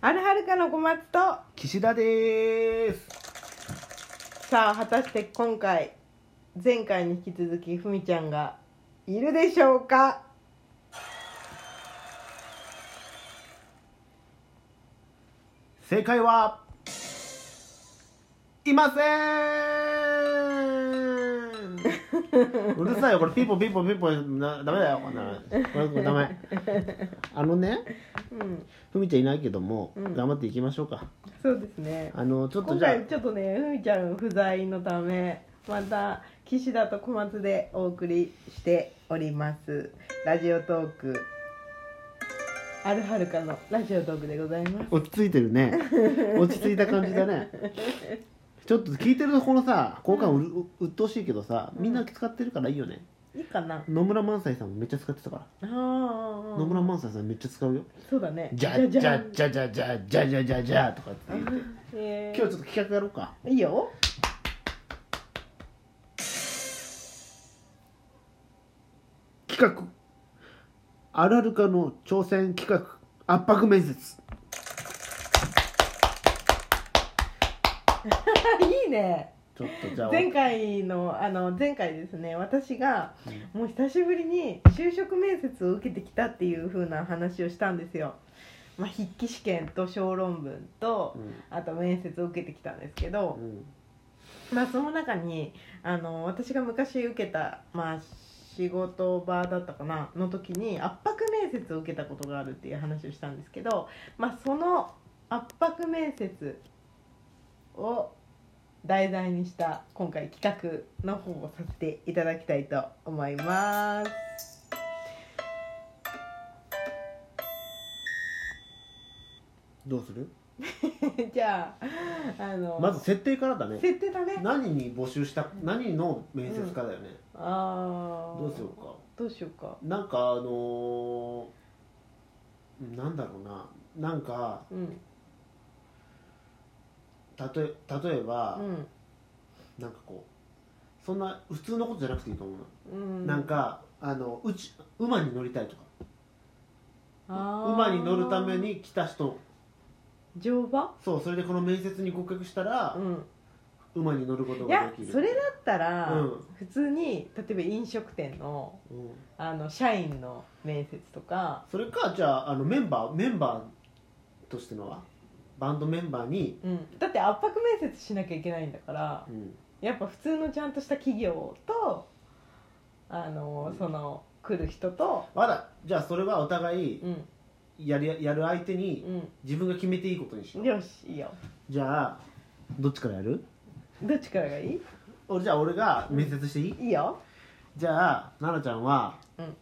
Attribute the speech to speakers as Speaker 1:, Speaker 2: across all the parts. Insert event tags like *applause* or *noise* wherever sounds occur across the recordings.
Speaker 1: あるはるかの小松と
Speaker 2: 岸田です
Speaker 1: さあ果たして今回前回に引き続きふみちゃんがいるでしょうか
Speaker 2: 正解はいませんうるさいよこれピーポンピーポンピーポンなダメだよこんなのこれこれダメあのね
Speaker 1: うん
Speaker 2: ふみちゃんいないけども、
Speaker 1: うん
Speaker 2: 頑張っていきましょうか
Speaker 1: そうですね
Speaker 2: あのちょっと
Speaker 1: 今
Speaker 2: じゃ
Speaker 1: 回ちょっとねふみちゃん不在のためまた岸田と小松でお送りしておりますラジオトークあるはるかのラジオトークでございます
Speaker 2: 落ち着いてるね落ち着いた感じだねちょっと聞いてるこのさ好感うる、う鬱陶しいけどさみんな使ってるからいいよね、
Speaker 1: いいかな
Speaker 2: 野村萬斎さんもめっちゃ使ってたから、
Speaker 1: あー
Speaker 2: 野村萬斎さんめっちゃ使うよ
Speaker 1: そうだね
Speaker 2: じゃじゃ
Speaker 1: ん
Speaker 2: じゃじゃじゃじゃじゃじゃじゃとかって言って今
Speaker 1: え
Speaker 2: 日
Speaker 1: ー
Speaker 2: ちょっと企画やろうか
Speaker 1: いいよ *laughs*
Speaker 2: 企画あるあるかの挑戦企画圧迫面接
Speaker 1: いいね
Speaker 2: ちょっとじゃあ
Speaker 1: 前回のあの前回ですね私がもう久しぶりに就職面接を受けてきたっていう風な話をしたんですよ、まあ、筆記試験と小論文と
Speaker 2: うん
Speaker 1: あと面接を受けてきたんですけど、
Speaker 2: うん
Speaker 1: まあ、その中にあの私が昔受けた、まあ、仕事場だったかなの時に圧迫面接を受けたことがあるっていう話をしたんですけど、まあ、その圧迫面接を題材にした今回企画の方をさせていただきたいと思います。 *laughs*
Speaker 2: どうする
Speaker 1: じゃああの、
Speaker 2: まず設定からだね
Speaker 1: 設定だね。
Speaker 2: 何に募集した何の面接かだよね、
Speaker 1: あー
Speaker 2: どうしようか
Speaker 1: どうしようか。
Speaker 2: なんかあのーなんだろうななんか
Speaker 1: うん
Speaker 2: たとえ例えば、
Speaker 1: うん
Speaker 2: なんかこうそんな普通のことじゃなくていいと思うの、
Speaker 1: うん。
Speaker 2: なんかあのうち馬に乗りたいとか
Speaker 1: あー
Speaker 2: 馬に乗るために来た人
Speaker 1: 乗馬
Speaker 2: そうそれでこの面接に合格したら
Speaker 1: う、ん
Speaker 2: 馬に乗ること
Speaker 1: い
Speaker 2: が
Speaker 1: や
Speaker 2: できる
Speaker 1: それだったら、
Speaker 2: うん
Speaker 1: 普通に例えば飲食店の
Speaker 2: うん
Speaker 1: あの社員の面接とか
Speaker 2: それかじゃああのメンバーメンバーとしてのはバンドメンバーに、
Speaker 1: うん、だって圧迫面接しなきゃいけないんだから
Speaker 2: うん
Speaker 1: やっぱ普通のちゃんとした企業とあのその来る人と、
Speaker 2: わだじゃあそれはお互い
Speaker 1: うん
Speaker 2: やりやる相手に自分が決めていいことにし
Speaker 1: う
Speaker 2: よ
Speaker 1: ん、
Speaker 2: う
Speaker 1: よしいいよ
Speaker 2: じゃあどっちからやる
Speaker 1: どっちからがいい
Speaker 2: 俺じゃあ俺が面接していい、
Speaker 1: いいよ
Speaker 2: じゃあ奈々ちゃんは、
Speaker 1: うん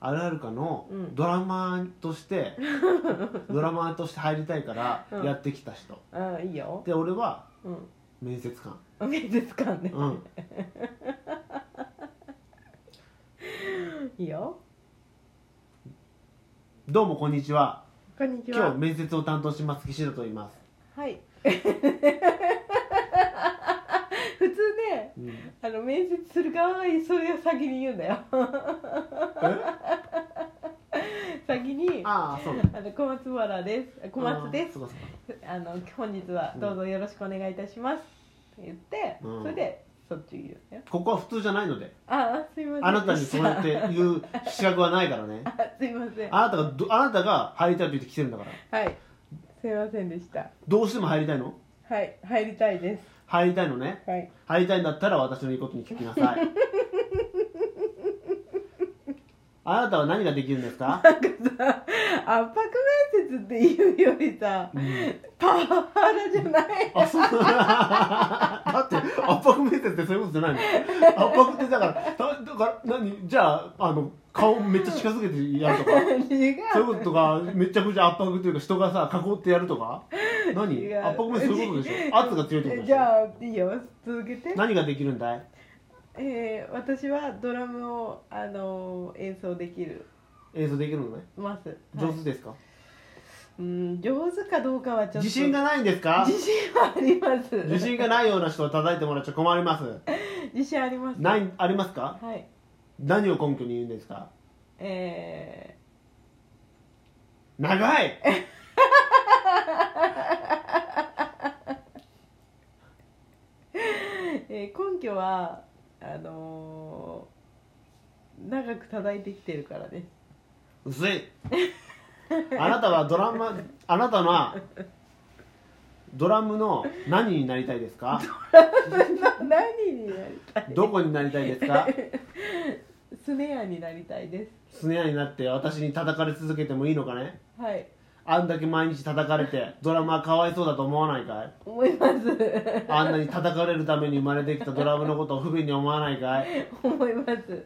Speaker 2: あるあるかの
Speaker 1: うん
Speaker 2: ドラマーとして、
Speaker 1: *laughs*
Speaker 2: ドラマーとして入りたいから
Speaker 1: うん
Speaker 2: やってきた人、
Speaker 1: あいいよ、
Speaker 2: で俺は
Speaker 1: うん
Speaker 2: 面接官、
Speaker 1: お面接官ね、
Speaker 2: うん、
Speaker 1: いいよ
Speaker 2: どうもこんにちは
Speaker 1: こんにち
Speaker 2: 今
Speaker 1: は
Speaker 2: 日面接を担当します岸田と言います、
Speaker 1: はい。 *laughs* 普通ね、 *laughs*
Speaker 2: うん、え
Speaker 1: あの面接する側がそれを先に言うんだよ。 *laughs* 先に。あ
Speaker 2: ああそう
Speaker 1: の小松原です。小松です
Speaker 2: あー。そうかそうか
Speaker 1: あの本日はどうぞよろしくお願いいたします。って言って、
Speaker 2: うん
Speaker 1: それでそっち言うんだよ。
Speaker 2: ここは普通じゃない
Speaker 1: *laughs*
Speaker 2: ので
Speaker 1: ああすいません。
Speaker 2: あなたにそ
Speaker 1: *laughs*
Speaker 2: うやって言う資格はないからね
Speaker 1: あすいません。
Speaker 2: あなたがどあなたが入りたいと言って来てるんだから
Speaker 1: はい。すいませんでした。
Speaker 2: どうしても入りたいの
Speaker 1: はい入りたいで
Speaker 2: 入りたいのね
Speaker 1: す。はい。
Speaker 2: 入りたいんだったら私の言うことに聞きなさ *laughs* いあなたは何ができるんです *laughs* か、
Speaker 1: なんかさ圧迫面接っていうよりさ
Speaker 2: うん
Speaker 1: パワハラじゃない
Speaker 2: あそうだって圧迫面接ってそういうことじゃないの圧迫ってだからただから何じゃああの顔めっちゃ近づけてやるとか
Speaker 1: 違う
Speaker 2: そういうこととかめちゃくちゃ圧迫というか人がさ囲ってやるとか何
Speaker 1: 違う
Speaker 2: 圧迫面接そういうことでし
Speaker 1: *laughs*
Speaker 2: ょ圧が強いってことでしょ
Speaker 1: じゃあいいよ続けて、
Speaker 2: 何ができるんだい
Speaker 1: えー、私はドラムを、あのー演奏できる
Speaker 2: 演奏できるのね
Speaker 1: ます、はい
Speaker 2: 上手ですか
Speaker 1: うん上手かどうかはちょっと
Speaker 2: 自信がないんですか
Speaker 1: 自信はあります
Speaker 2: 自信がないような人を叩いてもらっちゃ困ります
Speaker 1: 自信あります
Speaker 2: ないありますか
Speaker 1: はい
Speaker 2: 何を根拠に言うんですか
Speaker 1: え
Speaker 2: 長い
Speaker 1: 根拠はあのー長く叩いてきてるからです
Speaker 2: 薄いあなたはドラマあなたはドラムの何になりたいですか
Speaker 1: *laughs* 何になりたい
Speaker 2: どこになりたいですか
Speaker 1: スネアになりたいです
Speaker 2: スネアになって私に叩かれ続けてもいいのかね
Speaker 1: はい
Speaker 2: あんだけ毎日叩かれてドラマはかわいそうだと思わないかい
Speaker 1: 思います
Speaker 2: あんなに叩かれるために生まれてきたドラムのことを不便に思わないかい
Speaker 1: 思います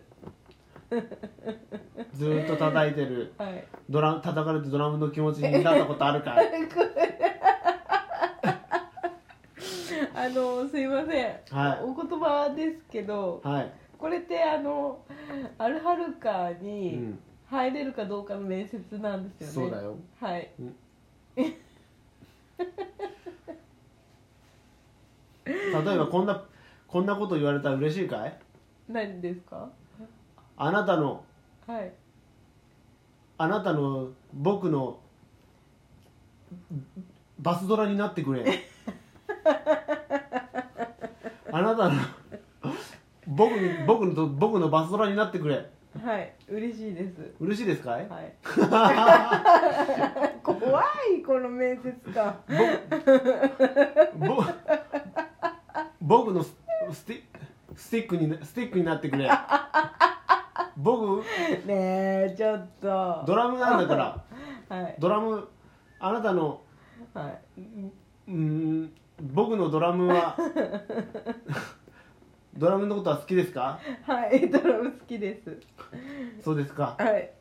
Speaker 2: ずーっと叩いてる
Speaker 1: はい
Speaker 2: ドラ叩かれてドラムの気持ちになったことあるかい
Speaker 1: *laughs* あのーすいません、
Speaker 2: はい
Speaker 1: お言葉ですけど
Speaker 2: はい
Speaker 1: これってあのアルハルカ
Speaker 2: う
Speaker 1: に
Speaker 2: ん
Speaker 1: 入れるかどうかの面接なんですよね、
Speaker 2: そうだよ
Speaker 1: はい
Speaker 2: 例えばこんなこんなこと言われたら嬉しいかい
Speaker 1: 何ですか
Speaker 2: あなたの
Speaker 1: はい
Speaker 2: あなたの僕のバスドラになってくれあなたの僕に僕の僕のバスドラになってくれ
Speaker 1: はい嬉しいです
Speaker 2: 嬉しいですかい *laughs*
Speaker 1: はい怖いこの面接官
Speaker 2: ぼ僕のススティスティックになスティックになってくれ僕
Speaker 1: ねえちょっと
Speaker 2: ドラムなんだから
Speaker 1: はい
Speaker 2: ドラムあなたの
Speaker 1: は
Speaker 2: うーん僕のドラム
Speaker 1: *laughs*
Speaker 2: はドラムのことは好きですか
Speaker 1: いはいドラム好きです
Speaker 2: そうですか
Speaker 1: はい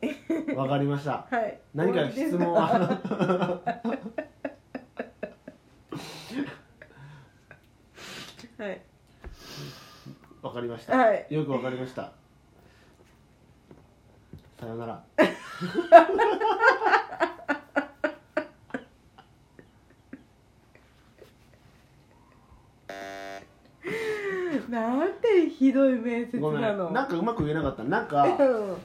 Speaker 2: わかりました
Speaker 1: はい
Speaker 2: 何か質問は
Speaker 1: *laughs* はい
Speaker 2: わかりました、
Speaker 1: はい
Speaker 2: よくわかりましたさよなら
Speaker 1: なんてひどい面接
Speaker 2: ごめん
Speaker 1: なの
Speaker 2: なんかうまく言えなかったなんか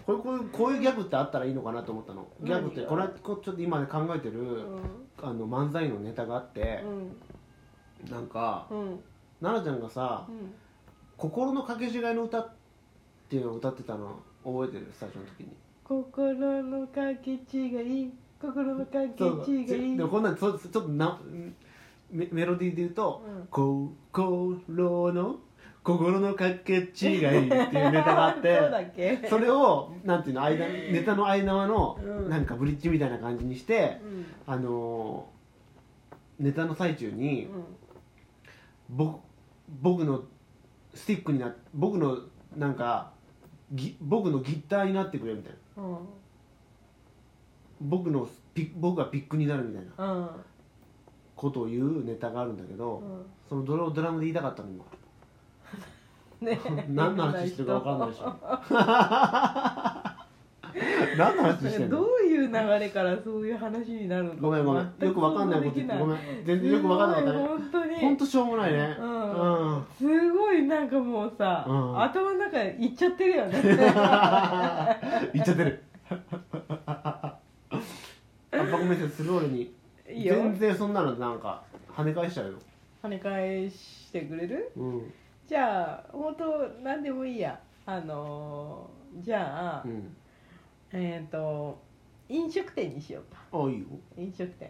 Speaker 2: こういうこういうこういうギャグってあったらいいのかなと思ったのギャグって
Speaker 1: 何が
Speaker 2: これこちょっと今ね考えてる、
Speaker 1: うん
Speaker 2: あの漫才のネタがあって
Speaker 1: う、ん
Speaker 2: なんか
Speaker 1: うん
Speaker 2: 奈々ちゃんがさ
Speaker 1: うん
Speaker 2: 「心のかけ違いの歌」っていうのを歌ってたの覚えてるスタジオの時に
Speaker 1: 心のかけ違い心のか
Speaker 2: そう
Speaker 1: け違い
Speaker 2: でもこんなんそうちょっとなメメロディーで言うと
Speaker 1: うん
Speaker 2: 「心の心のかけ違い」っていうネタがあっ
Speaker 1: そうだ
Speaker 2: て
Speaker 1: っけ
Speaker 2: それをなんていうの間ネタの間の
Speaker 1: うん
Speaker 2: なんかブリッジみたいな感じにして
Speaker 1: うん
Speaker 2: あのーネタの最中に
Speaker 1: うん
Speaker 2: 僕僕のスティックにな僕のなんかぎ僕のギターになってくれみたいな
Speaker 1: うん
Speaker 2: 僕のピ僕がピックになるみたいな
Speaker 1: うん
Speaker 2: ことを言うネタがあるんだけど、
Speaker 1: うん
Speaker 2: そのドラドラムで言いたかったの *laughs* 今
Speaker 1: ね
Speaker 2: 何の話してるか分かんないでし *laughs* ょ何の話してん
Speaker 1: ど
Speaker 2: の
Speaker 1: ういう流れからそういう話になるのか
Speaker 2: ごめんごめんよく分かんないこと言ってごめん全然よく分かんなかったね
Speaker 1: 本当に
Speaker 2: ほんとしょうもないね
Speaker 1: う
Speaker 2: うん
Speaker 1: んすごいなんかもうさ、
Speaker 2: うん
Speaker 1: 頭の中いっちゃってるよね
Speaker 2: 言っちゃって *laughs* る圧迫面接する俺に
Speaker 1: いいよ
Speaker 2: 全然そんなのなんか跳ね返しちゃうよ
Speaker 1: 跳ね返してくれる
Speaker 2: うん
Speaker 1: じゃあ本当何でもいいやあのーじゃあ、
Speaker 2: うん
Speaker 1: えっ、と飲食店にしようか
Speaker 2: あいいよ
Speaker 1: 飲食店、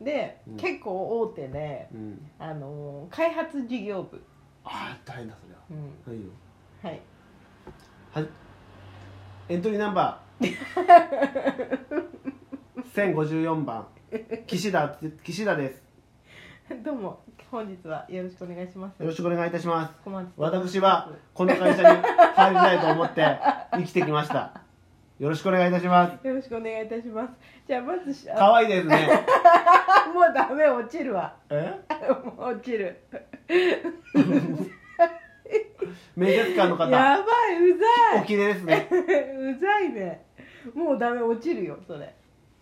Speaker 2: う
Speaker 1: で、
Speaker 2: うん
Speaker 1: 結構大手で、
Speaker 2: うん
Speaker 1: あのー開発事業部、
Speaker 2: あー大変だそれは
Speaker 1: うん
Speaker 2: はいよ
Speaker 1: はい *laughs*
Speaker 2: はいエントリーナンバ
Speaker 1: *laughs*
Speaker 2: ー1054番岸田岸田です
Speaker 1: どうも本日はよろしくお願いします。
Speaker 2: よろしくお願いいたします
Speaker 1: 小松と申し
Speaker 2: 私
Speaker 1: ま
Speaker 2: はこの会社に入りたいと思って生きてきましたよろしくお願いいたします
Speaker 1: すよろしくお願いいたします。じゃあまずしあ
Speaker 2: 可愛いですね
Speaker 1: もうダメ落ちるわ。 *laughs*
Speaker 2: え
Speaker 1: もう落ちる。
Speaker 2: 面接官の
Speaker 1: やば
Speaker 2: 方
Speaker 1: いうざ
Speaker 2: お綺麗ですね
Speaker 1: い。 *laughs* うざいね。もうダメ落ちるよそれ。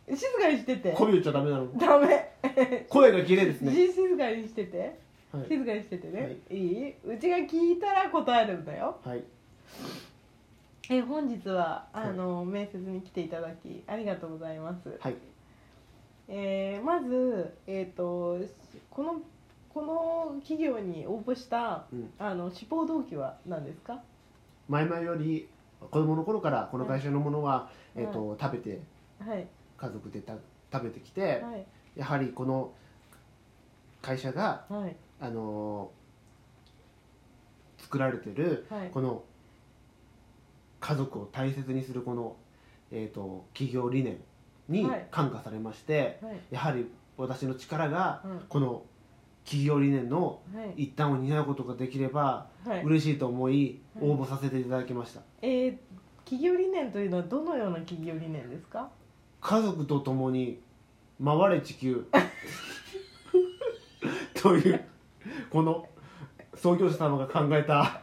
Speaker 1: 静かにしてて。
Speaker 2: 媚び打っちゃダメなの
Speaker 1: ダメ。
Speaker 2: 声が綺麗ですね、
Speaker 1: 静かにしてて。
Speaker 2: はい、
Speaker 1: 静かにしててね。い、い？うちが聞いたら答えるんだよ。
Speaker 2: はい、
Speaker 1: え本日はあ
Speaker 2: い
Speaker 1: の、面接に来ていただきありがとうございます。
Speaker 2: はい
Speaker 1: えーまず、えー、とこのこの企業に応募した
Speaker 2: うん
Speaker 1: あの志望動機は何ですか
Speaker 2: 前々より子供の頃からこの会社のものは、
Speaker 1: うん
Speaker 2: えっと食べて
Speaker 1: はい
Speaker 2: 家族でた食べてきて、
Speaker 1: はい
Speaker 2: やはりこの会社が、
Speaker 1: はい
Speaker 2: あのー作られてる
Speaker 1: はい
Speaker 2: この家族を大切にするこの、えー、と企業理念に
Speaker 1: はい
Speaker 2: 感化されまして、
Speaker 1: はい
Speaker 2: やはり私の力が
Speaker 1: うん
Speaker 2: この企業理念の
Speaker 1: はい
Speaker 2: 一端を担うことができれば
Speaker 1: はい
Speaker 2: 嬉しいと思い
Speaker 1: はい
Speaker 2: 応募させていただきました
Speaker 1: えー企業理念というのはどのような企業理念ですか
Speaker 2: 家族と共に回れ地球 *laughs* というこの創業者様が考えた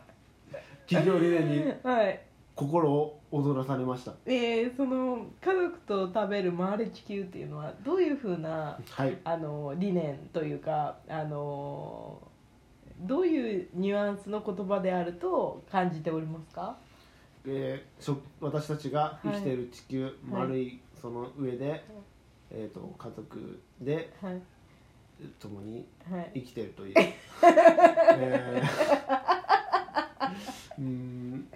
Speaker 2: 企業理念に
Speaker 1: はい
Speaker 2: 心を踊らされました
Speaker 1: えーその家族と食べる回れ地球っていうのはどういうふうな
Speaker 2: はい
Speaker 1: あの理念というかあのどういうニュアンスの言葉であると感じておりますか
Speaker 2: えー食私たちが生きている地球、丸いその上で、えー、と家族で
Speaker 1: はい
Speaker 2: 共に
Speaker 1: はい
Speaker 2: 生きてるという、えー、うーん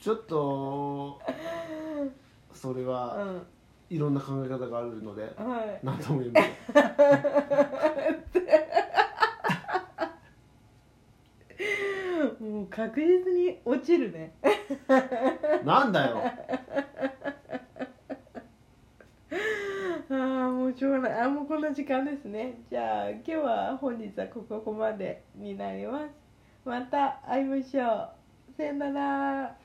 Speaker 2: ちょっとそれは
Speaker 1: う
Speaker 2: いろんな考え方があるので
Speaker 1: んはい *laughs*
Speaker 2: 何とも言えません
Speaker 1: もう確実に落ちるね
Speaker 2: なんだよ
Speaker 1: ああもうしょうがないあーもうこんな時間ですねじゃあ今日は本日はここまでになりますまた会いましょうさよなら